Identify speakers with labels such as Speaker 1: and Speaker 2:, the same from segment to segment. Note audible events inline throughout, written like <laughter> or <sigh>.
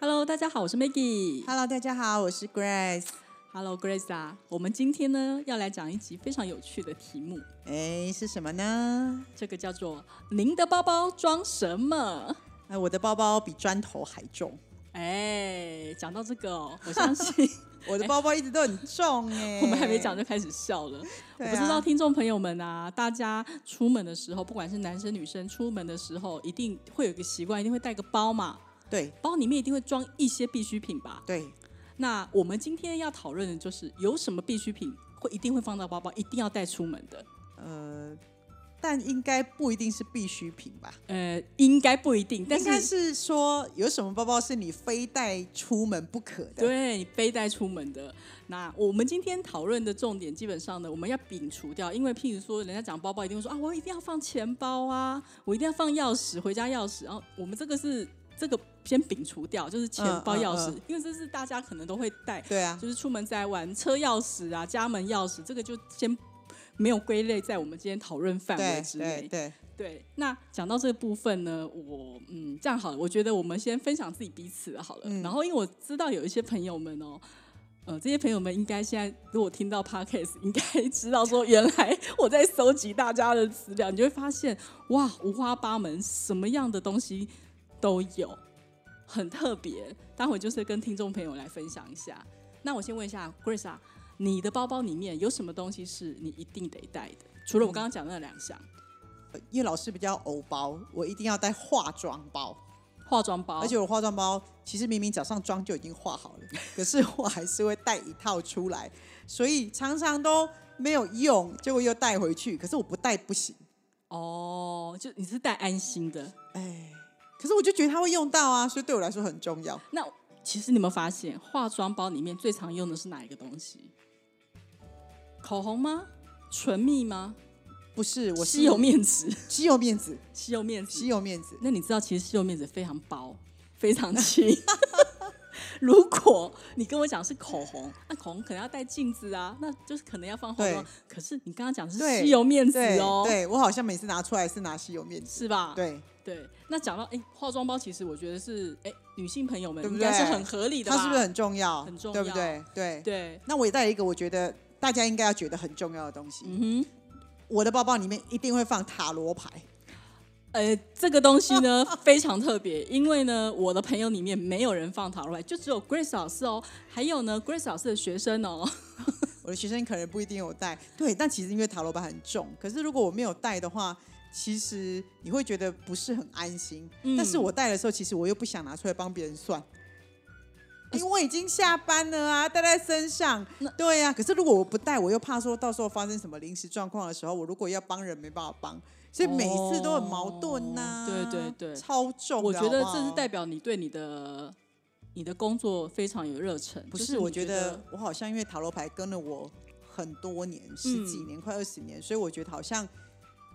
Speaker 1: Hello，大家好，我是 Maggie。
Speaker 2: Hello，大家好，我是 Grace。
Speaker 1: Hello Grace 啊，我们今天呢要来讲一集非常有趣的题目，
Speaker 2: 哎，是什么呢？
Speaker 1: 这个叫做“您的包包装什么
Speaker 2: 哎，我的包包比砖头还 <laughs> 重，”。
Speaker 1: 哎，讲到这个哦，我
Speaker 2: <laughs>
Speaker 1: 相信
Speaker 2: 我的包包一直都很重哎、
Speaker 1: 我们还没讲就开始笑了。
Speaker 2: 对啊
Speaker 1: 我不知道听众朋友们啊，大家出门的时候，不管是男生女生，出门的时候一定会有一个习惯，一定会带个包嘛，
Speaker 2: 对
Speaker 1: 包里面一定会装一些必需品吧。
Speaker 2: 对，
Speaker 1: 那我们今天要讨论的就是有什么必需品会一定会放到包包，一定要带出门的。
Speaker 2: 呃，但应该不一定是必需品吧？
Speaker 1: 呃，应该不一定，但
Speaker 2: 应该
Speaker 1: 是
Speaker 2: 是说有什么包包是你非带出门不可的？
Speaker 1: 对你非带出门的。那我们今天讨论的重点，基本上呢，我们要摒除掉，因为譬如说，人家讲包包一定会说啊，我一定要放钱包啊，我一定要放钥匙，回家钥匙。然后我们这个是这个先摒除掉，就是钱包、
Speaker 2: 嗯嗯
Speaker 1: 钥匙，
Speaker 2: 嗯
Speaker 1: 因为这是大家可能都会带，
Speaker 2: 对啊，
Speaker 1: 就是出门在玩车钥匙啊、家门钥匙，这个就先没有归类在我们今天讨论范围
Speaker 2: 对
Speaker 1: 之内
Speaker 2: 对。对，
Speaker 1: 对，那讲到这个部分呢，我嗯，这样好了，我觉得我们先分享自己彼此的好了。
Speaker 2: 嗯
Speaker 1: 然后，因为我知道有一些朋友们哦，呃，这些朋友们应该现在如果听到 podcast，应该知道说，原
Speaker 2: <laughs>
Speaker 1: 来我在搜集大家的资料，你就会发现，哇，五花八门，什么样的东西都有，很特别。待会就是跟听众朋友来分享一下。那我先问一下 Grace 啊，你的包包里面有什么东西是你一定得带的？除
Speaker 2: 嗯
Speaker 1: 了我刚刚讲的那两项。
Speaker 2: 因为老师比较欧包，我一定要带化妆包，
Speaker 1: 化妆包，
Speaker 2: 而且我化妆包其实明明早上妆就已经化好了， <laughs> 可是我还是会带一套出来，所以常常都没有用，结果又带回去，可是我不带不行，
Speaker 1: 哦，就你是带安心的。
Speaker 2: 哎，可是我就觉得它会用到啊，所以对我来说很重要。
Speaker 1: 那其实你有没有发现，化妆包里面最常用的是哪一个东西？口红吗？唇蜜吗？
Speaker 2: 不是，我
Speaker 1: 吸油
Speaker 2: <laughs>
Speaker 1: 面纸，
Speaker 2: 稀有面子，
Speaker 1: 吸油面
Speaker 2: 稀
Speaker 1: 纸。
Speaker 2: 有面子，
Speaker 1: 那你知道，其实吸油面纸非常薄，非常轻。 <laughs> 如果你跟我讲是口红，那口红可能要带镜子啊，那就是可能要放化妆
Speaker 2: 对。
Speaker 1: 可是你刚刚讲的
Speaker 2: 对
Speaker 1: 是吸油面纸
Speaker 2: 对
Speaker 1: 哦，
Speaker 2: 对，我好像每次拿出来是拿稀有面子，
Speaker 1: 是吧？
Speaker 2: 对，
Speaker 1: 对，那讲到哎、化妆包其实我觉得是哎、女性朋友们
Speaker 2: 对不
Speaker 1: 应
Speaker 2: 对
Speaker 1: 该是很合理的吧？
Speaker 2: 它是不是很重要？
Speaker 1: 很重
Speaker 2: 对不
Speaker 1: 要
Speaker 2: 对？对。
Speaker 1: 对，
Speaker 2: 那我也带了一个我觉得大家应该要觉得很重要的东西，
Speaker 1: 嗯哼，
Speaker 2: 我的包包里面一定会放塔罗牌。
Speaker 1: 呃，这个东西呢非常特别，因为呢，我的朋友里面没有人放塔罗牌，就只有 Grace 老师哦，还有呢 Grace 老师的学生哦，
Speaker 2: 我的学生可能不一定有带，对，但其实因为塔罗牌很重，可是如果我没有带的话，其实你会觉得不是很安心。
Speaker 1: 嗯
Speaker 2: 但是我带的时候，其实我又不想拿出来帮别人算，因为我已经下班了啊，带在身上
Speaker 1: 啊那。
Speaker 2: 对呀、可是如果我不带，我又怕说到时候发生什么临时状况的时候，我如果要帮人没办法帮，所以每次都很矛盾呐、
Speaker 1: 哦对对对
Speaker 2: 超重的。
Speaker 1: 我觉得
Speaker 2: 好不
Speaker 1: 这
Speaker 2: 好
Speaker 1: 是代表你对你的你的工作非常有热忱，
Speaker 2: 不，
Speaker 1: 就是是
Speaker 2: 我
Speaker 1: 你
Speaker 2: 觉
Speaker 1: 得
Speaker 2: 得我好像因为塔罗牌跟了我很多年，十几
Speaker 1: 嗯
Speaker 2: 年，快二十年，所以我觉得好像，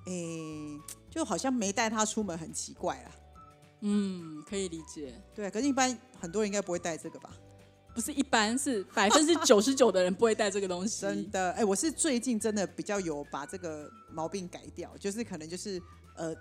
Speaker 2: 诶、就好像没带它出门很奇怪啦。
Speaker 1: 嗯可以理解，
Speaker 2: 对，啊可是一般很多人应该不会带这个吧？
Speaker 1: 不是一般是百分之九十九的人不会带这个东
Speaker 2: <laughs>
Speaker 1: 西，
Speaker 2: 真的，哎、我是最近真的比较有把这个毛病改掉，就是可能就是呃，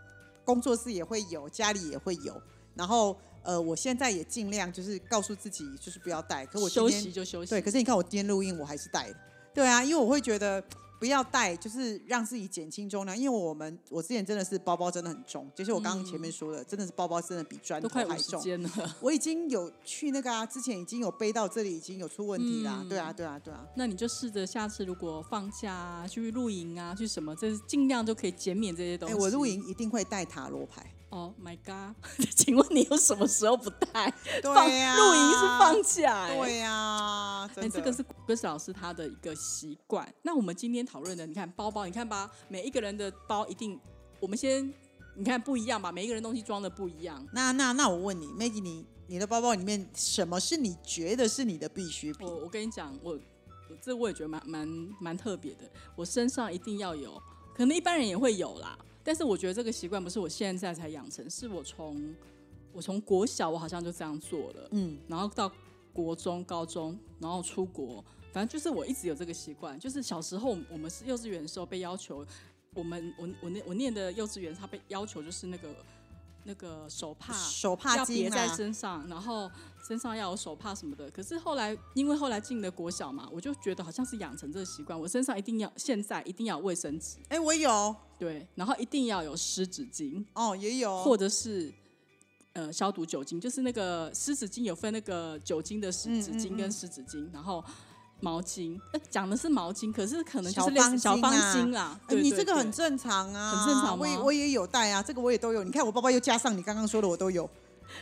Speaker 2: 工作室也会有，家里也会有，然后呃，我现在也尽量就是告诉自己就是不要带，可我今
Speaker 1: 休
Speaker 2: 天
Speaker 1: 息就休息，
Speaker 2: 对，可是你看我今天录音，我还是带的。对啊，因为我会觉得不要带，就是让自己减轻重量。因为我们我之前真的是包包真的很重，就是我刚刚前面说的，真的是包包真的比砖
Speaker 1: 都
Speaker 2: 头
Speaker 1: 快
Speaker 2: 还
Speaker 1: 五十
Speaker 2: 重。
Speaker 1: 间了，
Speaker 2: 我已经有去那个啊，之前已经有背到这里已经有出问题啦。
Speaker 1: 嗯
Speaker 2: 对啊，对啊，对啊，
Speaker 1: 那你就试着下次如果放假啊、去露营啊、去什么，这尽量就可以减免这些东
Speaker 2: 哎、
Speaker 1: 西。
Speaker 2: 我露营一定会带塔罗
Speaker 1: <laughs>
Speaker 2: 牌。
Speaker 1: ，Oh my god！请 <laughs> 问你有什么时候不带？放
Speaker 2: 对呀、
Speaker 1: 露营是放假、欸，
Speaker 2: 对呀、啊
Speaker 1: 哎、
Speaker 2: 真的、
Speaker 1: 这个是歌老师他的一个习惯。那我们今天讨论的，你看包包，你看吧，每一个人的包一定，我们先你看不一样吧，每一个人东西装的不一样。
Speaker 2: 那那那我问你，Maggie，你你的包包里面什么是你觉得是你的必需品
Speaker 1: 我？我跟你讲，我我这我也觉得蛮蛮蛮特别的。我身上一定要有，可能一般人也会有啦。但是我觉得这个习惯不是我现在才养成，是我从我从国小我好像就这样做了，
Speaker 2: 嗯，
Speaker 1: 然后到国中、高中，然后出国，反正就是我一直有这个习惯。就是小时候我们是幼稚园的时候被要求，我们我我念我念的幼稚园，他被要求就是那个那个手帕
Speaker 2: 手帕
Speaker 1: 要别
Speaker 2: 巾
Speaker 1: 在
Speaker 2: 啊，
Speaker 1: 身上，然后身上要有手帕什么的。可是后来，因为后来进了国小嘛，我就觉得好像是养成这个习惯，我身上一定要现在一定要有卫生纸，
Speaker 2: 哎、我有
Speaker 1: 对，然后一定要有湿纸巾，
Speaker 2: 哦，也有，
Speaker 1: 或者是呃消毒酒精，就是那个湿纸巾有分那个酒精的湿纸
Speaker 2: 嗯嗯
Speaker 1: 巾
Speaker 2: 嗯
Speaker 1: 跟湿纸巾，然后。毛巾，呃，讲的是毛巾，可是可能就
Speaker 2: 小
Speaker 1: 是类似小
Speaker 2: 方
Speaker 1: 方
Speaker 2: 巾啊
Speaker 1: 巾啦。
Speaker 2: 哎
Speaker 1: 对
Speaker 2: 你
Speaker 1: 对
Speaker 2: 这个
Speaker 1: 对
Speaker 2: 很正常啊，
Speaker 1: 很正常吗
Speaker 2: 我也我也有带啊，这个我也都有。你看我包包又加上你刚刚说的，我都有，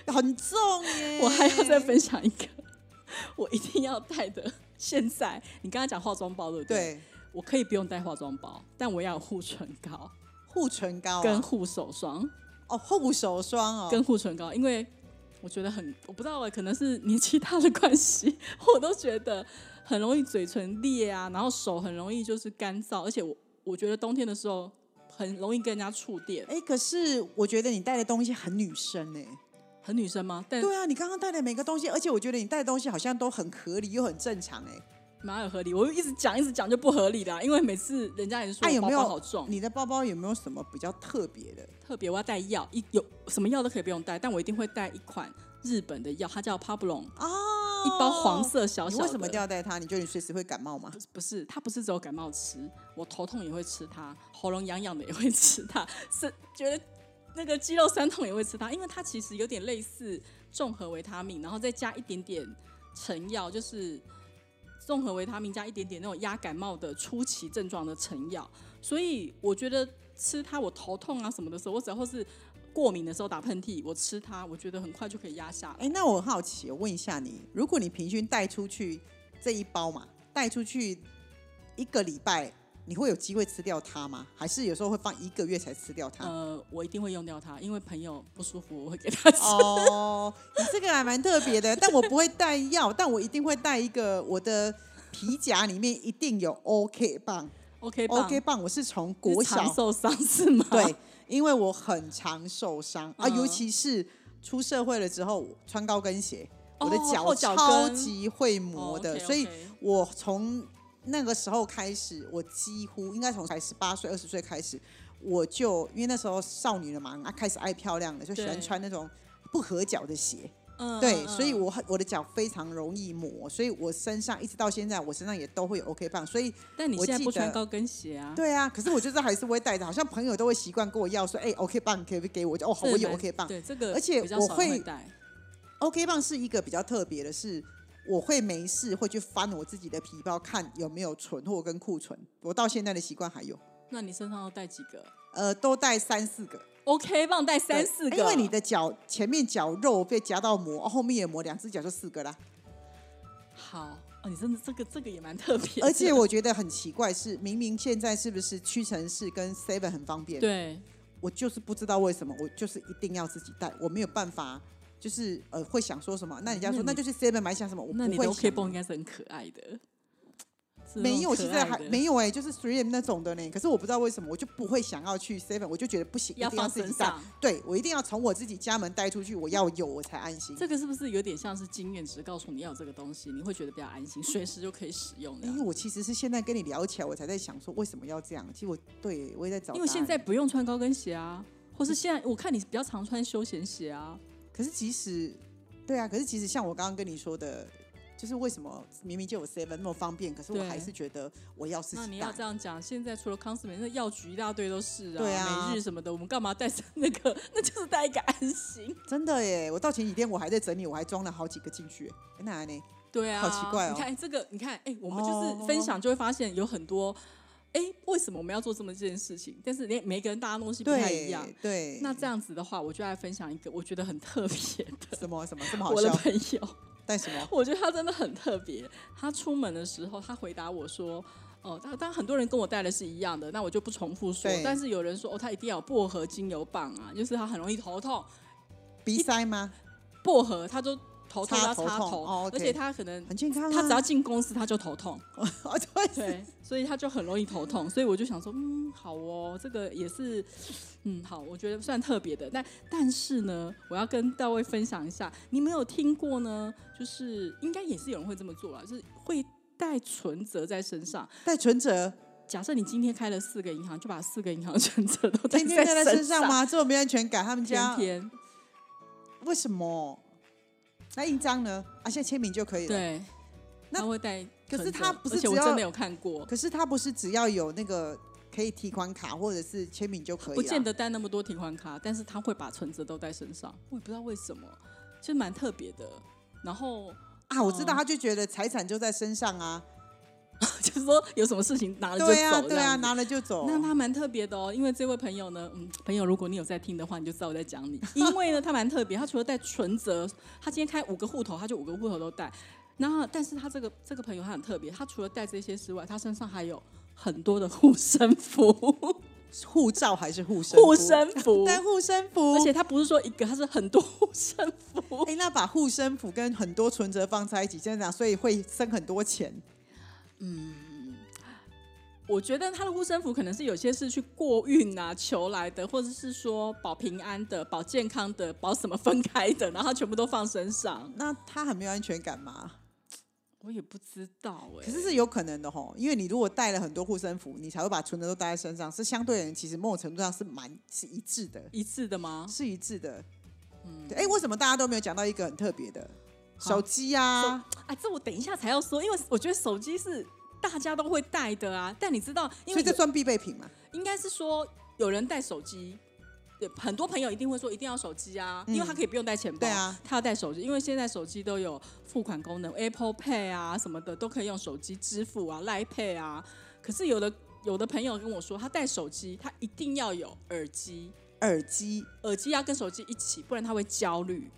Speaker 2: 很重耶。
Speaker 1: <laughs> 我还要再分享一个， <laughs> 我一定要带的。现在你刚刚讲化妆包对不对？
Speaker 2: 对
Speaker 1: 我可以不用带化妆包，但我要有护唇膏、
Speaker 2: 护唇膏、啊、
Speaker 1: 跟护手霜、
Speaker 2: 哦护手霜哦，
Speaker 1: 跟护唇膏，因为我觉得很，我不知道啊，可能是年纪大的关系， <laughs> 我都觉得很容易嘴唇裂啊，然后手很容易就是干燥，而且我我觉得冬天的时候很容易跟人家触电，
Speaker 2: 哎、可是我觉得你带的东西很女生哎、
Speaker 1: 很女生吗？但
Speaker 2: 对啊，你刚刚带的每个东西，而且我觉得你带的东西好像都很合理又很正常哎、
Speaker 1: 蛮有合理，我一直讲一直讲就不合理啦，因为每次人家也说
Speaker 2: 哎有
Speaker 1: 我包
Speaker 2: 没有
Speaker 1: 包好重，
Speaker 2: 你的包包有没有什么比较特别的？
Speaker 1: 特别我要带药，一有什么药都可以不用带，但我一定会带一款日本的药，它叫 Pablon，
Speaker 2: 哦，
Speaker 1: 一包黄色小
Speaker 2: 你
Speaker 1: 小的。
Speaker 2: 为什么一定要带它？你觉得你随时会感冒吗
Speaker 1: 不？是？不是，它不是只有感冒吃，我头痛也会吃它，喉咙痒痒的也会吃它，是觉得那个肌肉酸痛也会吃它，因为它其实有点类似综合维他命，然后再加一点点成药，就是综合维他命加一点点那种压感冒的初期症状的成药，所以我觉得吃它，我头痛啊什么的时候，我只要或是过敏的时候打喷嚏，我吃它，我觉得很快就可以压下来。
Speaker 2: 哎、那我很好奇，我问一下你，如果你平均带出去这一包嘛，带出去一个礼拜，你会有机会吃掉它吗？还是有时候会放一个月才吃掉它？
Speaker 1: 呃，我一定会用掉它，因为朋友不舒服，我会给他吃。
Speaker 2: 哦，你这个还蛮特别的，但我不会带药，但我一定会带一个我的皮夹里面一定有 OK 棒
Speaker 1: OK 棒
Speaker 2: ，OK 棒我是从
Speaker 1: 你是
Speaker 2: 国小
Speaker 1: 常受伤是吗？ <laughs>
Speaker 2: 对，，因为我很常受伤啊，
Speaker 1: 嗯
Speaker 2: 尤其是出社会了之后穿高跟鞋，我的
Speaker 1: 哦后脚
Speaker 2: 超
Speaker 1: 跟
Speaker 2: 级会磨的，
Speaker 1: 哦，OK，OK
Speaker 2: 所以我从那个时候开始，我几乎应该从才十八岁、二十岁开始，我就因为那时候少女了嘛，啊，开始爱漂亮了，就喜欢
Speaker 1: 对
Speaker 2: 穿那种不合脚的鞋，
Speaker 1: 嗯
Speaker 2: 对，所以
Speaker 1: 我
Speaker 2: 我很我的脚非常容易磨，所以我身上一直到现在，我身上也都会有 OK 棒，所以
Speaker 1: 但你
Speaker 2: 我
Speaker 1: 现在
Speaker 2: 记
Speaker 1: 不穿
Speaker 2: 得
Speaker 1: 高跟鞋啊？
Speaker 2: 对啊，可是我就是还是会带着，好像朋友都会习惯跟我要说，哎、o k 棒可不可以给我？我就哦，好，
Speaker 1: 这
Speaker 2: 我有
Speaker 1: 蛮
Speaker 2: OK 棒。
Speaker 1: 对这个，
Speaker 2: 而且
Speaker 1: 比较
Speaker 2: 我
Speaker 1: 少人
Speaker 2: 会
Speaker 1: 会带
Speaker 2: OK 棒是一个比较特别的是，我会没事会去翻我自己的皮包，看有没有存货跟库存。我到现在的习惯还有，
Speaker 1: 那你身上要带几个
Speaker 2: 呃，都带三四个，
Speaker 1: ？OK 棒带三
Speaker 2: 对
Speaker 1: 四个，
Speaker 2: 因为你的脚前面脚肉被夹到磨，后面也磨，两只脚就四个啦。
Speaker 1: 好哦，你真的这个这个 <laughs> 也蛮特别的，
Speaker 2: 而且我觉得很奇怪是，明明现在是不是屈臣氏跟 Seven 很方便？
Speaker 1: 对
Speaker 2: 我就是不知道为什么，我就是一定要自己带，我没有办法，就是呃会想说什么，那人家说
Speaker 1: 那
Speaker 2: 那
Speaker 1: 你
Speaker 2: 就去 seven 买下什么，我不
Speaker 1: 那你的
Speaker 2: 会
Speaker 1: OK
Speaker 2: 想。啊
Speaker 1: 绷应该是很可爱的，是那
Speaker 2: 没
Speaker 1: 种
Speaker 2: 有，
Speaker 1: 可
Speaker 2: 其实
Speaker 1: 爱
Speaker 2: 还
Speaker 1: 的
Speaker 2: 没有哎、就是 three M 那种的呢。可是我不知道为什么，我就不会想要去 seven，我就觉得不行，一
Speaker 1: 要
Speaker 2: 定要
Speaker 1: 放
Speaker 2: 自
Speaker 1: 身
Speaker 2: 己带
Speaker 1: 上。。
Speaker 2: 对，我一定要从我自己家门带出去，我要有我才安心。
Speaker 1: 这个是不是有点像是经验值告诉你要有这个东西，你会觉得比较安心，随时就可以使用的
Speaker 2: 因。为我其实是现在跟你聊起来，我才在想说为什么要这样。其实我对我也在找答案，
Speaker 1: 因为现在不用穿高跟鞋啊，或是现在我看你比较常穿休闲鞋啊。
Speaker 2: 可是其实，对啊，可是其实像我刚刚跟你说的，就是为什么明明就有 seven 那么方便，可是我
Speaker 1: 对
Speaker 2: 还是觉得我要自
Speaker 1: 那你
Speaker 2: 己
Speaker 1: 要
Speaker 2: 带
Speaker 1: 这。样讲，现在除了康斯美，那药局一大堆都是啊，
Speaker 2: 对啊
Speaker 1: 每日什么的，我们干嘛带着那个？ <laughs> 那就是带一个安心。
Speaker 2: 真的耶！我到前几天我还在整理，我还装了好几个进去。哎哪来呢？
Speaker 1: <laughs> 对啊，
Speaker 2: 好奇怪哦
Speaker 1: 你看这个，你看，哎、我们
Speaker 2: 哦
Speaker 1: 就是分享就会发现有很多，哎、为什么我们要做这么一件事情？但是连每个人大家东西不太一样
Speaker 2: 对。对，
Speaker 1: 那这样子的话，我就来分享一个我觉得很特别的，
Speaker 2: 什么什么这么好
Speaker 1: 我的
Speaker 2: 笑？
Speaker 1: 朋友。
Speaker 2: 但什么？
Speaker 1: 我觉得他真的很特别。他出门的时候，他回答我说：“哦，当当然很多人跟我带的是一样的，那我就不重复说
Speaker 2: 对。
Speaker 1: 但是有人说，哦，他一定要有薄荷精油棒啊，就是他很容易头痛。
Speaker 2: 鼻塞吗？
Speaker 1: 薄荷，他就头痛
Speaker 2: 擦
Speaker 1: 要
Speaker 2: 头
Speaker 1: 擦
Speaker 2: 痛
Speaker 1: 头，
Speaker 2: 哦，OK
Speaker 1: 而且他可能
Speaker 2: 很健康啊。
Speaker 1: 他只要进公司他就头痛，
Speaker 2: <laughs> 哦，对，
Speaker 1: 对，所以他就很容易头痛，所以我就想说，嗯，好哦，这个也是，嗯，好，我觉得算特别的。但但是呢，我要跟各位分享一下，你没有听过呢，就是应该也是有人会这么做啦，就是会带存折在身上。
Speaker 2: 带存折，
Speaker 1: 假设你今天开了四个银行，就把四个银行的 <laughs> 存折都带
Speaker 2: 天天带在身
Speaker 1: 身
Speaker 2: 上？吗？这种没安全感，他们
Speaker 1: 天
Speaker 2: 家
Speaker 1: 天
Speaker 2: 为什么？那印章呢？啊，现在签名就可以了。
Speaker 1: 对，
Speaker 2: 那
Speaker 1: 他会带存折，
Speaker 2: 可是他不是
Speaker 1: 而且我
Speaker 2: 只要
Speaker 1: 真的有看过，
Speaker 2: 可是他不是只要有那个可以提款卡或者是签名就可以啊
Speaker 1: 不
Speaker 2: 了？
Speaker 1: 见得带那么多提款卡，但是他会把存折都带身上，我也不知道为什么，就蛮特别的。然后 <laughs>
Speaker 2: 啊，我知道，
Speaker 1: 嗯
Speaker 2: 他就觉得财产就在身上啊。
Speaker 1: 就是说有什么事情拿了就走，
Speaker 2: 对啊，对
Speaker 1: 这
Speaker 2: 啊，
Speaker 1: 样子
Speaker 2: 拿了就走。
Speaker 1: 那他蛮特别的哦，因为这位朋友呢，嗯，朋友，如果你有在听的话，你就知道我在讲你。因为呢，他蛮特别，他除了带存折，他今天开五个户头，他就五个户头都带。然后，但是他这个这个朋友他很特别，他除了带这些之外，他身上还有很多的护身符，
Speaker 2: 护照还是护身符？
Speaker 1: 护身符，
Speaker 2: 但护身符，
Speaker 1: 而且他不是说一个，他是很多护身符。
Speaker 2: 哎、那把护身符跟很多存折放在一起，这样讲，所以会生很多钱。
Speaker 1: 我觉得他的护身符可能是有些是去过运啊、求来的，或者是说保平安的、保健康的、保什么分开的，然后他全部都放身上。
Speaker 2: 那他很没有安全感吗？
Speaker 1: 我也不知道哎、
Speaker 2: 可是是有可能的吼，因为你如果带了很多护身符，你才会把存折都带在身上，是相对而言，其实某种程度上是蛮是一致的，
Speaker 1: 一次的吗？
Speaker 2: 是一致的。嗯，哎、为什么大家都没有讲到一个很特别的
Speaker 1: 好
Speaker 2: 手机啊？
Speaker 1: 啊，这我等一下才要说，因为我觉得手机是大家都会带的啊。但你知道，因
Speaker 2: 所以
Speaker 1: 为
Speaker 2: 这算必备品嘛？
Speaker 1: 应该是说有人带手机，对，很多朋友一定会说一定要手机啊，因为他可以不用带钱包，
Speaker 2: 对啊，
Speaker 1: 他要带手机，因为现在手机都有付款功能，Apple Pay 啊什么的都可以用手机支付啊，Line Pay 啊。可是有的有的朋友跟我说，他带手机，他一定要有耳机，
Speaker 2: 耳机
Speaker 1: 耳机要跟手机一起，不然他会焦虑，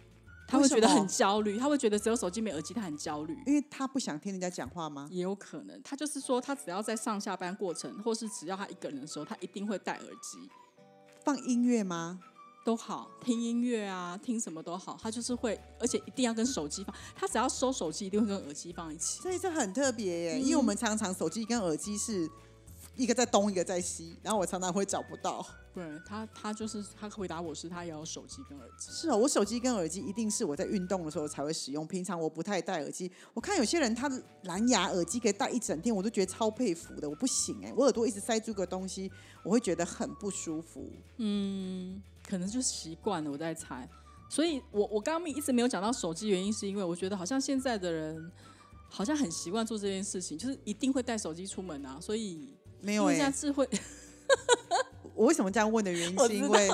Speaker 1: 他会
Speaker 2: 为什
Speaker 1: 觉得
Speaker 2: 么
Speaker 1: 很焦虑，他会觉得只有手机没耳机，他很焦虑。
Speaker 2: 因为他不想听人家讲话吗？
Speaker 1: 也有可能，他就是说，他只要在上下班过程，或是只要他一个人的时候，他一定会戴耳机，
Speaker 2: 放音乐吗？
Speaker 1: 都好，听音乐啊，听什么都好，他就是会，而且一定要跟手机放，他只要收手机，一定会跟耳机放一起。
Speaker 2: 所以这很特别耶，因为我
Speaker 1: 嗯
Speaker 2: 们常常手机跟耳机是一个在东，一个在西，然后我常常会找不到。
Speaker 1: 不然他他就是他回答我是他也要手机跟耳机，
Speaker 2: 是哦，我手机跟耳机一定是我在运动的时候才会使用，平常我不太戴耳机。我看有些人他蓝牙耳机可以戴一整天，我都觉得超佩服的。我不行哎，我耳朵一直塞住个东西，我会觉得很不舒服。
Speaker 1: 可能就习惯了，我在猜。所以我我刚刚一直没有讲到手机，原因是因为我觉得好像现在的人好像很习惯做这件事情，就是一定会带手机出门啊，所以
Speaker 2: 没
Speaker 1: 因
Speaker 2: 有
Speaker 1: 为现在
Speaker 2: 哎，<laughs>
Speaker 1: 智慧
Speaker 2: 我为什么这样问的原因
Speaker 1: 我
Speaker 2: 是
Speaker 1: 知
Speaker 2: 因为，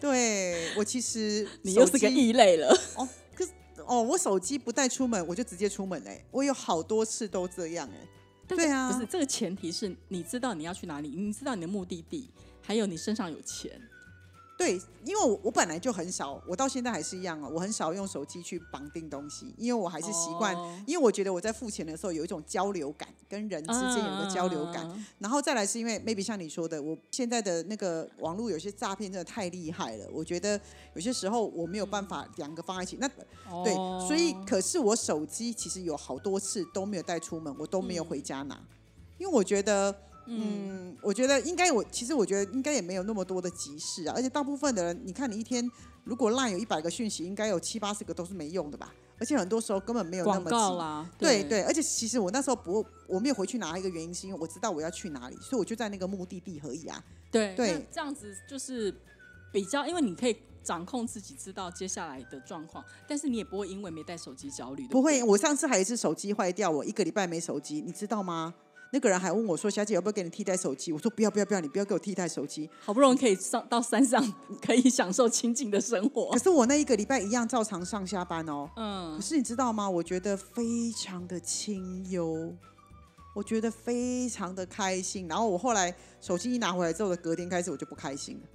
Speaker 2: 对我其实
Speaker 1: <laughs> 你又是
Speaker 2: 手
Speaker 1: 个
Speaker 2: 机
Speaker 1: 异类了。
Speaker 2: 哦，可是哦，我手机不带出门，我就直接出门哎、我有好多次都这样哎、
Speaker 1: <laughs> 但
Speaker 2: 对
Speaker 1: 是
Speaker 2: 啊
Speaker 1: 不是这个前提是你知道你要去哪里，你知道你的目的地，还有你身上有钱。
Speaker 2: 对，因为我我本来就很少，我到现在还是一样哦，我很少用手机去绑定东西，因为我还是习惯，
Speaker 1: 哦
Speaker 2: 因为我觉得我在付钱的时候有一种交流感，跟人之间有一个交流感。
Speaker 1: 嗯
Speaker 2: 然后再来是因为 maybe 像你说的，我现在的那个网络有些诈骗真的太厉害了，我觉得有些时候我没有办法两个放在一起。那对，所以
Speaker 1: 嗯哦
Speaker 2: 可是我手机其实有好多次都没有带出门，我都没有
Speaker 1: 嗯
Speaker 2: 回家拿，因为我觉得，嗯，我觉得应该我其实我觉得应该也没有那么多的急事啊，而且大部分的人，你看你一天如果 LINE 有一百个讯息，应该有七八十个都是没用的吧，而且很多时候根本没有那
Speaker 1: 广
Speaker 2: 么
Speaker 1: 告
Speaker 2: 急。
Speaker 1: 啦，
Speaker 2: 对对，而且其实我那时候不，我没有回去拿一个原因是因为我知道我要去哪里，所以我就在那个目的地而已啊。
Speaker 1: 对
Speaker 2: 对
Speaker 1: 那这样子就是比较，因为你可以掌控自己，知道接下来的状况，但是你也不会因为没带手机焦虑，对
Speaker 2: 不
Speaker 1: 不
Speaker 2: 会，
Speaker 1: 对
Speaker 2: 我上次还有一次手机坏掉，我一个礼拜没手机，你知道吗？那个人还问我说：“小姐，要不要给你替代手机？”我说：“不要，不要，不要，你不要给我替代手机。
Speaker 1: 好不容易可以上到山上，可以享受清静的生”活
Speaker 2: 可。是我那一个礼拜一样照常上下班哦。可
Speaker 1: 嗯，
Speaker 2: 是你知道吗？我觉得非常的清幽，我觉得非常的开心。然后我后来手机一拿回来之后的隔天开始，我就不开心了，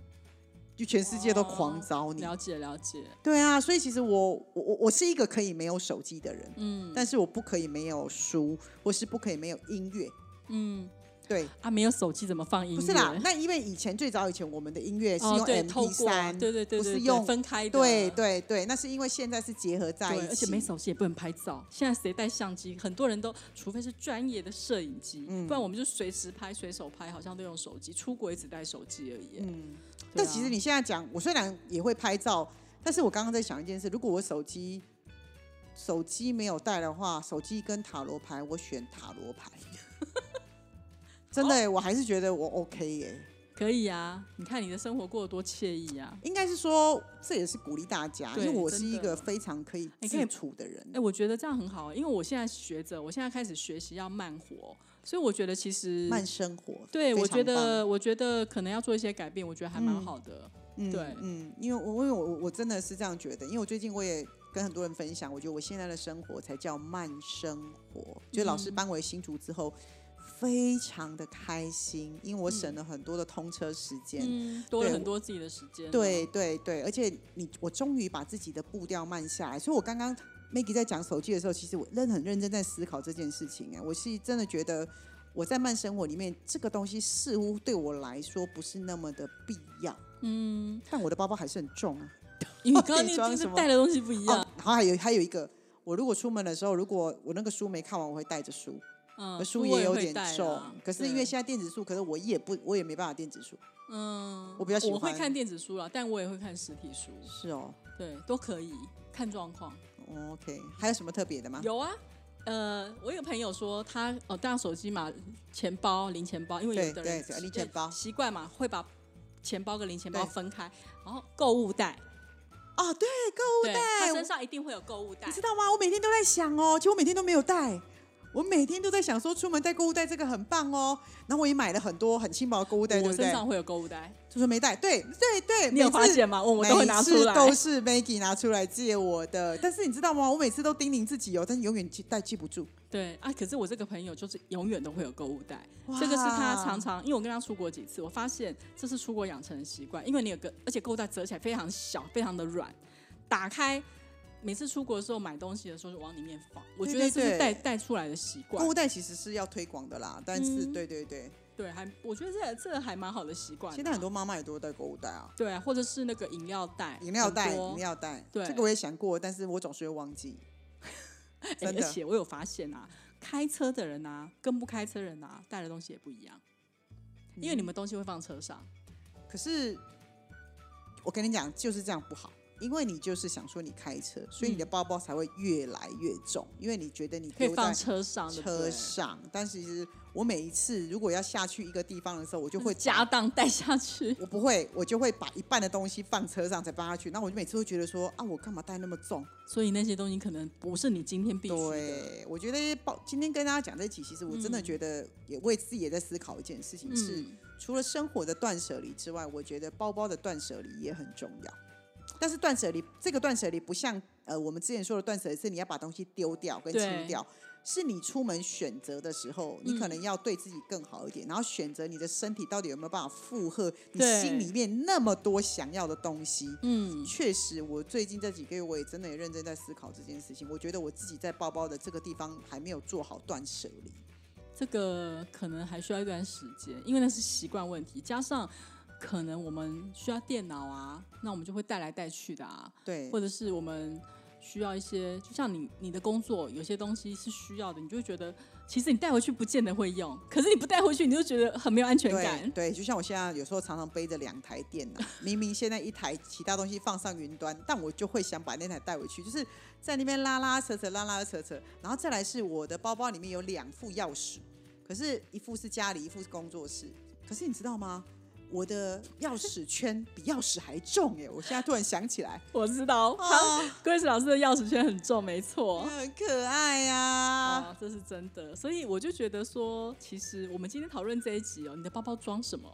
Speaker 2: 就全世界都狂找你。
Speaker 1: 了解了解，
Speaker 2: 对啊，所以其实我我我我是一个可以没有手机的人，嗯，但是我不可以没有书，或是不可以没有音乐，
Speaker 1: 嗯，
Speaker 2: 对，
Speaker 1: 啊，没有手机怎么放音乐？
Speaker 2: 不是啦，那因为以前最早以前我们的音乐是用
Speaker 1: 哦，对，透
Speaker 2: MP
Speaker 1: 过
Speaker 2: 三、
Speaker 1: 对对对对，
Speaker 2: 不是
Speaker 1: 对
Speaker 2: 用
Speaker 1: 分开的，
Speaker 2: 对对对，那是因为现在是结合在一起，
Speaker 1: 对，而且没手机也不能拍照。现在谁带相机？很多人都，除非是专业的摄影机，
Speaker 2: 嗯
Speaker 1: 不然我们就随时拍、随手拍，好像都用手机。出国也只带手机而已。嗯，
Speaker 2: 但其实你现在讲，我虽然也会拍照，但是我刚刚在想一件事：如果我手机手机没有带的话，手机跟塔罗牌，我选塔罗
Speaker 1: <laughs>
Speaker 2: 牌。真的、欸，
Speaker 1: 哦
Speaker 2: 我还是觉得我 OK 耶、
Speaker 1: 可以啊，你看你的生活过得多惬意啊！
Speaker 2: 应该是说，这也是鼓励大家，因为
Speaker 1: 对
Speaker 2: 我是
Speaker 1: 真的
Speaker 2: 一个非常可以
Speaker 1: 哎可以
Speaker 2: 自处的人
Speaker 1: 哎、。我觉得这样很好、因为我现在学着，我现在开始学习要慢活，所以我觉得其实
Speaker 2: 慢生活，
Speaker 1: 对，
Speaker 2: 非
Speaker 1: 我
Speaker 2: 常
Speaker 1: 觉
Speaker 2: 棒
Speaker 1: 得我觉得可能要做一些改变，我觉得还蛮
Speaker 2: 嗯
Speaker 1: 好的。
Speaker 2: 嗯
Speaker 1: 对
Speaker 2: 嗯，因为我因为我我我真的是这样觉得，因为我最近我也跟很多人分享，我觉得我现在的生活才叫慢生活。就老师
Speaker 1: 嗯
Speaker 2: 搬回新竹之后，非常的开心，因为我省了很多的通车时间。
Speaker 1: 嗯，多了
Speaker 2: 对
Speaker 1: 很
Speaker 2: 我
Speaker 1: 多自己的时间。啊
Speaker 2: 对，对对，而且你我终于把自己的步调慢下来，所以我刚刚 Maggie 在讲手机的时候，其实我认很认真在思考这件事情、哎，我是真的觉得我在慢生活里面，这个东西似乎对我来说不是那么的必要，
Speaker 1: 嗯，
Speaker 2: 但我的包包还是很重啊。
Speaker 1: 因为
Speaker 2: 到
Speaker 1: 刚刚
Speaker 2: 底
Speaker 1: 那
Speaker 2: 装
Speaker 1: 个就是
Speaker 2: 什么
Speaker 1: 带的东西不一样。
Speaker 2: 哦，然后还有还有一个，我如果出门的时候，如果我那个书没看完，我会带着书，
Speaker 1: 嗯，
Speaker 2: 而书
Speaker 1: 我
Speaker 2: 也有
Speaker 1: 会
Speaker 2: 点
Speaker 1: 带啦
Speaker 2: 重。可是因为
Speaker 1: 对
Speaker 2: 现在电子书，可是我也不，我也没办法电子书。
Speaker 1: 嗯，
Speaker 2: 我比较喜
Speaker 1: 我会
Speaker 2: 欢
Speaker 1: 看电子书啦，但我也会看实体书，
Speaker 2: 是哦
Speaker 1: 对，都可以看状况。
Speaker 2: 哦，OK，还有什么特别的吗？
Speaker 1: 有啊，呃，我有个朋友说他哦，带手机嘛，钱包、零钱包，因为
Speaker 2: 对
Speaker 1: 有的人
Speaker 2: 对
Speaker 1: 习
Speaker 2: 零钱包
Speaker 1: 习惯嘛，会把钱包跟零钱包
Speaker 2: 对
Speaker 1: 分开，然后购物袋，
Speaker 2: 哦，对，购
Speaker 1: 对
Speaker 2: 物
Speaker 1: 他
Speaker 2: 袋
Speaker 1: 身，上一定会有购物袋
Speaker 2: 你，知道吗？我每天都在想哦，其实我每天都没有带。我每天都在想说，出门带购物袋这个很棒哦。然后我也买了很多很轻薄的购物袋，对
Speaker 1: 我
Speaker 2: 不对
Speaker 1: 身？上会有购物袋，
Speaker 2: 就说没带，对对对，
Speaker 1: 你有
Speaker 2: 每次
Speaker 1: 发现吗？我
Speaker 2: 每
Speaker 1: 们
Speaker 2: 次
Speaker 1: 都会拿出来，
Speaker 2: 都是 Maggie 拿出来借我的。但是你知道吗？我每次都叮咛自己哦，但是永远记带记不住。
Speaker 1: 对啊，可是我这个朋友就是永远都会有购物袋，
Speaker 2: 哇
Speaker 1: <laughs> 这个是他常常，因为我跟他出国几次，我发现这是出国养成的习惯，因为你有个，而且购物袋折起来非常小，非常的软，打开，每次出国的时候买东西的时候就往里面放，我觉
Speaker 2: 对
Speaker 1: 得
Speaker 2: 对
Speaker 1: 这是
Speaker 2: 对
Speaker 1: 带带出来的习
Speaker 2: 购
Speaker 1: 惯
Speaker 2: 物，袋其实是要推广的啦，但是、对对对，
Speaker 1: 对，还我觉得这这还蛮好的习惯啊，
Speaker 2: 现在很多妈妈也都带购物袋啊，
Speaker 1: 对啊，或者是那个饮料袋，
Speaker 2: 饮料袋、
Speaker 1: 很多
Speaker 2: 饮料袋，
Speaker 1: 对
Speaker 2: 这个我也想过，但是我总是会忘记。
Speaker 1: 哎
Speaker 2: 真
Speaker 1: 而
Speaker 2: 的
Speaker 1: 且我有发现啊，开车的人啊，跟不开车人啊，带的东西也不一样，因
Speaker 2: 嗯
Speaker 1: 为你们东西会放车上，
Speaker 2: 可是我跟你讲，就是这样不好，因为你就是想说你开车，所以你的包包才会越来越重，因为你觉得你
Speaker 1: 嗯可以
Speaker 2: 丢在
Speaker 1: 放车上，对不
Speaker 2: 车
Speaker 1: 对
Speaker 2: 上。但其实我每一次如果要下去一个地方的时候，我就会
Speaker 1: 家当带下去。
Speaker 2: 我不会，我就会把一半的东西放车上才搬下去。那我就每次会觉得说啊，我干嘛带那么重？
Speaker 1: 所以那些东西可能不是你今天必须的。
Speaker 2: 对，我觉得报今天跟大家讲这集，其实我真的觉得也为自己也在思考一件事情是，
Speaker 1: 嗯
Speaker 2: 除了生活的断舍离之外，我觉得包包的断舍离也很重要。但是断舍离这个断舍离不像呃我们之前说的断舍离是你要把东西丢掉跟
Speaker 1: 对
Speaker 2: 清掉，是你出门选择的时候，你可能要对自己更好一点，然后选择你的身体到底有没有办法负荷你
Speaker 1: 对
Speaker 2: 心里面那么多想要的东西。
Speaker 1: 嗯，
Speaker 2: 确实，我最近这几个月我也真的也认真在思考这件事情。我觉得我自己在包包的这个地方还没有做好断舍离。
Speaker 1: 这个可能还需要一段时间，因为那是习惯问题，加上可能我们需要电脑啊，那我们就会带来带去的啊，
Speaker 2: 对
Speaker 1: 或，者是我们需要一些，就像你你的工作有些东西是需要的，你就会觉得其实你带回去不见得会用，可是你不带回去，你就觉得很没有
Speaker 2: <laughs>
Speaker 1: 安全
Speaker 2: 对
Speaker 1: 感。
Speaker 2: 对，就像我现在有时候常常背着两台电脑，明明现在一台其他东西放上云端，但我就会想把那台带回去，就是在那边拉拉扯扯，拉拉扯扯。然后再来是我的包包里面有两副钥匙，可是一副是家里，一副是工作室。可是你知道吗？我的钥匙圈比钥匙还重哎！我现在突然想起
Speaker 1: <laughs>
Speaker 2: 来，
Speaker 1: 我知道，
Speaker 2: 啊
Speaker 1: 他 Grace 老师的钥匙圈很重，没错。
Speaker 2: 很可爱呀、
Speaker 1: 啊，这是真的。所以我就觉得说，其实我们今天讨论这一集哦，你的包包装什么？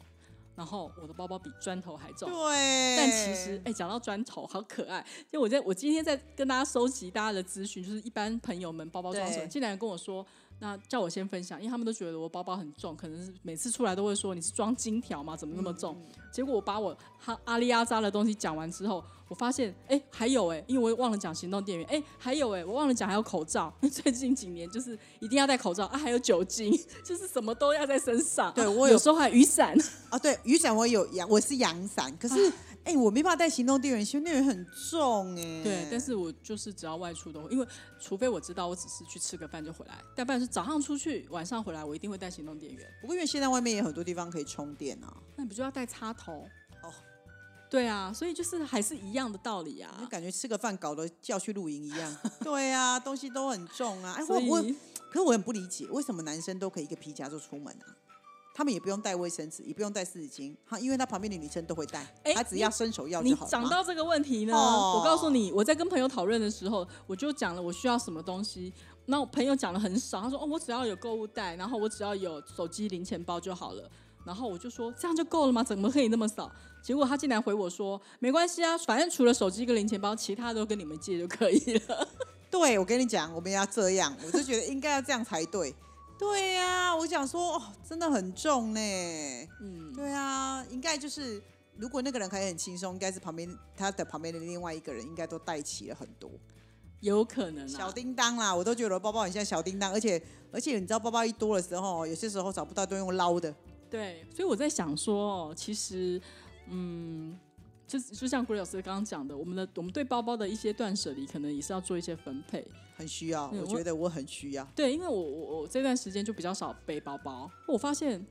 Speaker 1: 然后我的包包比砖头还重。
Speaker 2: 对，
Speaker 1: 但其实，哎，讲到砖头，好可爱。就我在我今天在跟大家收集大家的资讯，就是一般朋友们包包装什么，
Speaker 2: 对
Speaker 1: 竟然跟我说那叫我先分享，因为他们都觉得我包包很重，可能是每次出来都会说你是装金条吗？怎么那么
Speaker 2: 嗯
Speaker 1: 重？结果我把我哈阿里阿扎的东西讲完之后，我发现哎、还有哎、因为我忘了讲行动电源，哎、还有哎、我忘了讲还有口罩。 <laughs> 最近几年就是一定要戴口罩啊，还有酒精， <laughs> 就是什么都要在身上。
Speaker 2: 对
Speaker 1: 啊
Speaker 2: 我有
Speaker 1: <laughs> 有时候还有雨伞，
Speaker 2: 啊，对，雨伞我有阳，我是阳伞，可
Speaker 1: 啊
Speaker 2: 是哎、我没办法带行动电源，行动电源很重哎、
Speaker 1: 对，但是我就是只要外出都会，因为除非我知道我只是去吃个饭就回来，但不然是早上出去，晚上回来，我一定会带行动电源。
Speaker 2: 不过因为现在外面也很多地方可以充电啊，
Speaker 1: 那你不就要带插头？
Speaker 2: 哦，
Speaker 1: 对啊，所以就是还是一样的道理
Speaker 2: 就
Speaker 1: 啊。
Speaker 2: 感觉吃个饭搞得叫去露营一
Speaker 1: <laughs>
Speaker 2: 样。对啊，东西都很重啊。哎，我
Speaker 1: 所
Speaker 2: 我，
Speaker 1: 以
Speaker 2: 可是我很不理解，为什么男生都可以一个皮夹就出门啊？他们也不用带卫生纸，也不用带湿纸巾，哈，因为他旁边的女生都会带，
Speaker 1: 哎
Speaker 2: 他只要伸手要
Speaker 1: 你
Speaker 2: 就好了嘛。
Speaker 1: 讲到这个问题呢，
Speaker 2: 哦
Speaker 1: 我告诉你，我在跟朋友讨论的时候，我就讲了我需要什么东西。那我朋友讲的很少，他说哦，我只要有购物袋，然后我只要有手机、零钱包就好了。然后我就说这样就够了吗？怎么可以那么少？结果他竟然回我说没关系啊，反正除了手机跟零钱包，其他都跟你们借就可以了。 <laughs>
Speaker 2: 对，我跟你讲，我们要这样，我就觉得应该要这样才
Speaker 1: <laughs>
Speaker 2: 对。对呀、我想说，哦，真的很重呢。
Speaker 1: 嗯，
Speaker 2: 对啊，应该就是如果那个人可以很轻松，应该是旁边他的旁边的另外一个人应该都带齐了很多
Speaker 1: 有可能
Speaker 2: 小
Speaker 1: 啊。
Speaker 2: 叮当啦。我都觉得我的包包很像小叮当，而且而且你知道包包一多的时候，有些时候找不到都用捞的。
Speaker 1: 对，所以我在想说，哦其实，嗯，就是就像古老师刚刚讲的，我们的我们对包包的一些断舍离，可能也是要做一些分配。
Speaker 2: 很需要，
Speaker 1: 嗯
Speaker 2: 我
Speaker 1: 我
Speaker 2: 觉得我很需要。
Speaker 1: 对，因为我我我这段时间就比较少背包包，我发现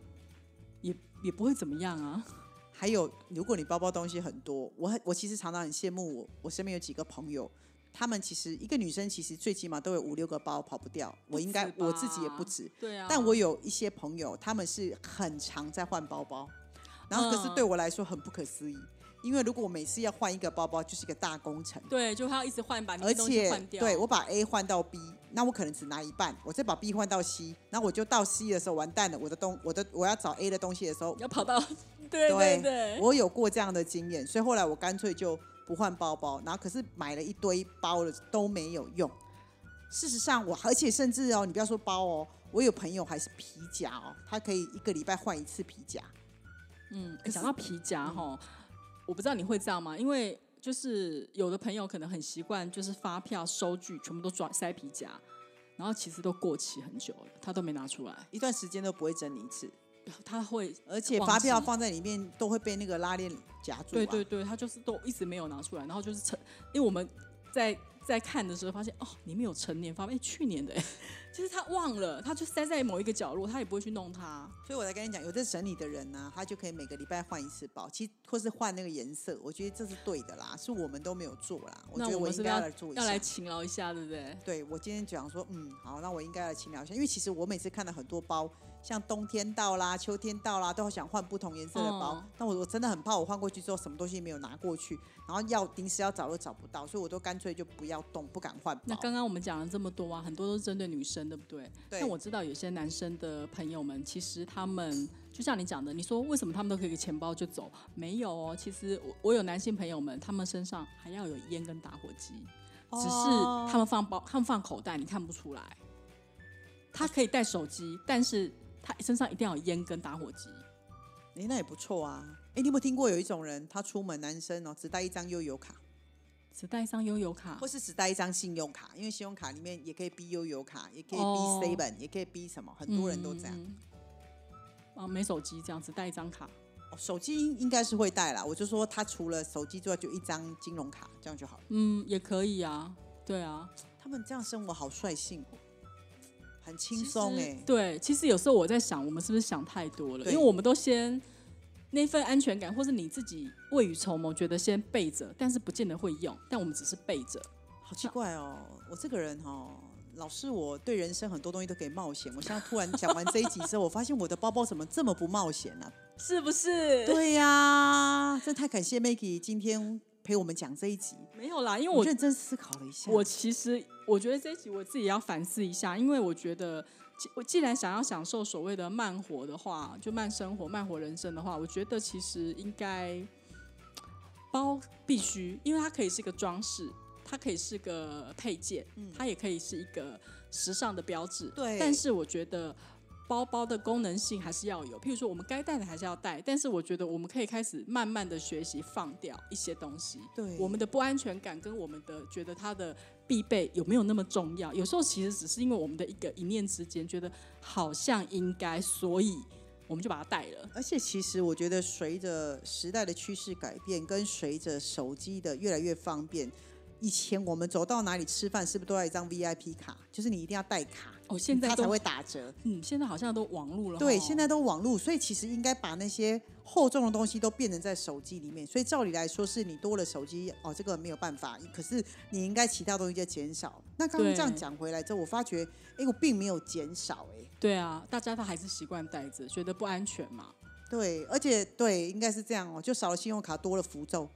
Speaker 1: 也也不会怎么样啊。
Speaker 2: 还有，如果你包包东西很多，我很我其实常常很羡慕我我身边有几个朋友，他们其实一个女生其实最起码都有五六个包跑不掉，我应该
Speaker 1: 不止吧
Speaker 2: 我自己也不止。
Speaker 1: 对啊，
Speaker 2: 但我有一些朋友，他们是很常在换包包，然后可是
Speaker 1: 嗯
Speaker 2: 对我来说很不可思议，因为如果我每次要换一个包包，就是一个大工程。
Speaker 1: 对，就他要一直换，把你
Speaker 2: 而
Speaker 1: 的东西
Speaker 2: 且
Speaker 1: 换掉。
Speaker 2: 对我把 A 换到 B，那我可能只拿一半，我再把 B 换到 C，然后我就到 C 的时候完蛋了，我的东我的我要找 A 的东西的时候，
Speaker 1: 要跑到 <laughs> 对
Speaker 2: 对
Speaker 1: 对对，
Speaker 2: 我有过这样的经验，所以后来我干脆就不换包包，然后可是买了一堆包了都没有用。事实上我，而且甚至哦，你不要说包哦，我有朋友还是皮夹哦，他可以一个礼拜换一次皮夹。
Speaker 1: 嗯，
Speaker 2: 可
Speaker 1: 诶讲到皮夹哈、我不知道你会这样吗？因为就是有的朋友可能很习惯，就是发票、收据全部都装塞皮夹，然后其实都过期很久了，他都没拿出来，
Speaker 2: 一段时间都不会整理一次，
Speaker 1: 他会。
Speaker 2: 而且发票放在里面都会被那个拉链夹住、啊。
Speaker 1: 对对对，他就是都一直没有拿出来，然后就是成，因为我们在在看的时候发现，哦，里面有成年发票，哎，去年的，哎， <laughs> 就是他忘了，他就塞在某一个角落，他也不会去弄它。
Speaker 2: 所以我才跟你讲，有这整理的人呢、他就可以每个礼拜换一次包，其实或是换那个颜色，我觉得这是对的啦，是我们都没有做啦。我
Speaker 1: 那
Speaker 2: 觉得
Speaker 1: 我们
Speaker 2: 应
Speaker 1: 是不
Speaker 2: 该
Speaker 1: 是
Speaker 2: 来做一下。
Speaker 1: 要来勤劳一下，对不对？
Speaker 2: 对我今天讲说，嗯，好，那我应该来勤劳一下，因为其实我每次看到很多包，像冬天到啦、秋天到啦，都好想换不同颜色的包
Speaker 1: 嗯。
Speaker 2: 但我我真的很怕我换过去之后什么东西没有拿过去，然后要临时要找又找不到，所以我都干脆就不要动，不敢换
Speaker 1: 那
Speaker 2: 包。
Speaker 1: 刚刚我们讲了这么多啊，很多都是针对女生，对不对？
Speaker 2: 对
Speaker 1: 但我知道有些男生的朋友们，其实他们就像你讲的，你说为什么他们都可以钱包就走？没有哦，其实我我有男性朋友们，他们身上还要有烟跟打火机，只是
Speaker 2: 哦
Speaker 1: 他们放包，他们放口袋，你看不出来。他可以带手机，但是他身上一定要有烟跟打火机。
Speaker 2: 哎、那也不错啊。哎、你有没有听过有一种人，他出门男生哦，只带一张悠游卡，
Speaker 1: 只带上悠游卡
Speaker 2: 或，是只带一张信用卡，因为信用卡里面也可以逼悠游卡，也可以逼
Speaker 1: 哦
Speaker 2: seven，、也可以逼什么，很多人都这样。
Speaker 1: 嗯。嗯嗯啊，没手机这样，只带一张卡。
Speaker 2: 哦手机应应该是会带啦，我就说他除了手机之外，就一张金融卡，这样就好了。
Speaker 1: 嗯，也可以啊，对啊。
Speaker 2: 他们这样生活好率性哦，很轻松
Speaker 1: 其实
Speaker 2: 哎。
Speaker 1: 对，其实有时候我在想，我们是不是想太多了？
Speaker 2: 对
Speaker 1: 因为我们都先那份安全感，或是你自己未雨绸缪，觉得先备着，但是不见得会用，但我们只是备着。
Speaker 2: 好奇怪哦，我这个人哦，老是我对人生很多东西都可以冒险。我现在突然讲完这一集之后，我发现我的包包怎么这么不冒险呢、啊
Speaker 1: <laughs> 是不是？
Speaker 2: 对呀、真太感谢 Maggie 今天陪我们讲这一集，
Speaker 1: 没有啦，因为
Speaker 2: 我
Speaker 1: 我
Speaker 2: 认真思考了一下。
Speaker 1: 我其实我觉得这一集我自己也要反思一下，因为我觉得既我既然想要享受所谓的慢活的话，就慢生活、慢活人生的话，我觉得其实应该包必须，因为它可以是一个装饰，它可以是个配件，它也可以是一个时尚的标志。
Speaker 2: 对
Speaker 1: 但是我觉得。包包的功能性还是要有，譬如说我们该带的还是要带，但是我觉得我们可以开始慢慢的学习放掉一些东西。
Speaker 2: 对
Speaker 1: 我们的不安全感跟我们的觉得它的必备有没有那么重要？有时候其实只是因为我们的一个一念之间，觉得好像应该，所以我们就把它带了。
Speaker 2: 而且其实我觉得，随着时代的趋势改变，跟随着手机的越来越方便，以前我们走到哪里吃饭，是不是都要一张 VIP 卡？就是你一定要带卡，
Speaker 1: 哦现在
Speaker 2: 它
Speaker 1: 都
Speaker 2: 才会打折。
Speaker 1: 嗯，现在好像都网络了。
Speaker 2: 对，现。在都网络，所以其实应该把那些厚重的东西都变成在手机里面。所以照理来说，是你多了手机哦，这个没有办法。可是你应该其他东西就减少。那刚刚
Speaker 1: 对
Speaker 2: 这样讲回来之后，我发觉，哎，我并没有减少、哎，
Speaker 1: 对啊，大家他还是习惯带着，觉得不安全嘛。
Speaker 2: 对，而且对，应该是这样哦，就少了信用卡，多了符咒，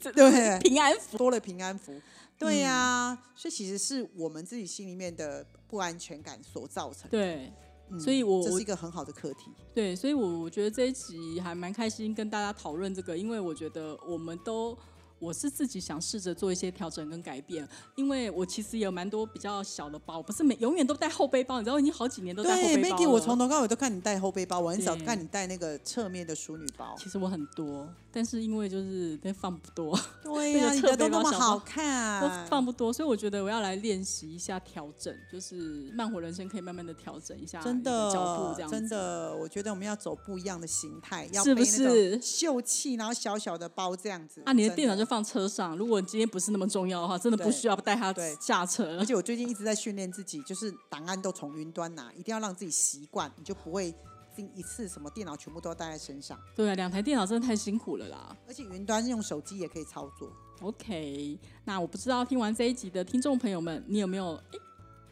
Speaker 1: 这
Speaker 2: 对
Speaker 1: <laughs>
Speaker 2: 嗯
Speaker 1: 平安符。
Speaker 2: 多了平安符。对呀、
Speaker 1: 嗯
Speaker 2: 所以其实是我们自己心里面的不安全感所造成。
Speaker 1: 对
Speaker 2: 嗯
Speaker 1: 所以我
Speaker 2: 这
Speaker 1: 我
Speaker 2: 是一个很好的课题。
Speaker 1: 对，所以我我觉得这一集还蛮开心跟大家讨论这个，因为我觉得我们都。我是自己想试着做一些调整跟改变，因为我其实也有蛮多比较小的包，不是每永远都带后背包，你知道我已经好几年都带后
Speaker 2: 对
Speaker 1: 背包
Speaker 2: ，Maggie，
Speaker 1: 了嗯
Speaker 2: 我从头到尾都看你带后背包，我很少
Speaker 1: 对
Speaker 2: 看你带那个侧面的淑女包。
Speaker 1: 其实我很多，但是因为就是那放不多，
Speaker 2: 对
Speaker 1: 那
Speaker 2: 呀、
Speaker 1: 个
Speaker 2: 你
Speaker 1: 侧
Speaker 2: 的都
Speaker 1: 背
Speaker 2: 那
Speaker 1: 包
Speaker 2: 么
Speaker 1: 小
Speaker 2: 好
Speaker 1: 包都
Speaker 2: 看，
Speaker 1: 放不多，所以我觉得我要来练习一下调整，就是慢活人生可以慢慢的调整一下
Speaker 2: 真
Speaker 1: 你
Speaker 2: 的
Speaker 1: 脚步这样子。
Speaker 2: 真的，我觉得我们要走不一样的形态，要
Speaker 1: 是不
Speaker 2: 背那种
Speaker 1: 是
Speaker 2: 秀气，然后小小的包这样子
Speaker 1: 啊，你的
Speaker 2: 真
Speaker 1: 电脑就放车上，如果今天不是那么重要的话，真的不
Speaker 2: 对
Speaker 1: 需要带它
Speaker 2: 对
Speaker 1: 下车
Speaker 2: 而。且我最近一直在训练自己，就是档案都从云端拿，一定要让自己习惯，你就不会一次什么电脑全部都要带在身上。
Speaker 1: 对啊，两台电脑真的太辛苦了啦。
Speaker 2: 而且云端用手机也可以操作。
Speaker 1: OK，那我不知道听完这一集的听众朋友们，你有没有诶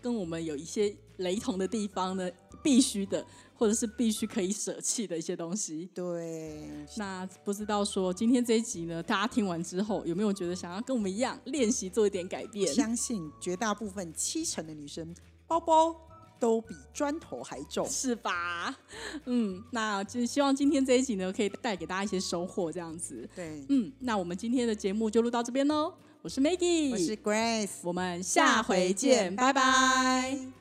Speaker 1: 跟我们有一些雷同的地方呢？必须的，或者是必须可以舍弃的一些东西。
Speaker 2: 对，
Speaker 1: 那不知道说今天这一集呢，大家听完之后有没有觉得想要跟我们一样练习做一点改变？
Speaker 2: 相信绝大部分七成的女生包包都比砖头还重。
Speaker 1: 是吧？嗯，那就希望今天这一集呢，可以带给大家一些收获，这样子。
Speaker 2: 对，
Speaker 1: 嗯，那我们今天的节目就录到这边喽。我是 Maggie，
Speaker 2: 我是 Grace，
Speaker 1: 我们下回见，拜拜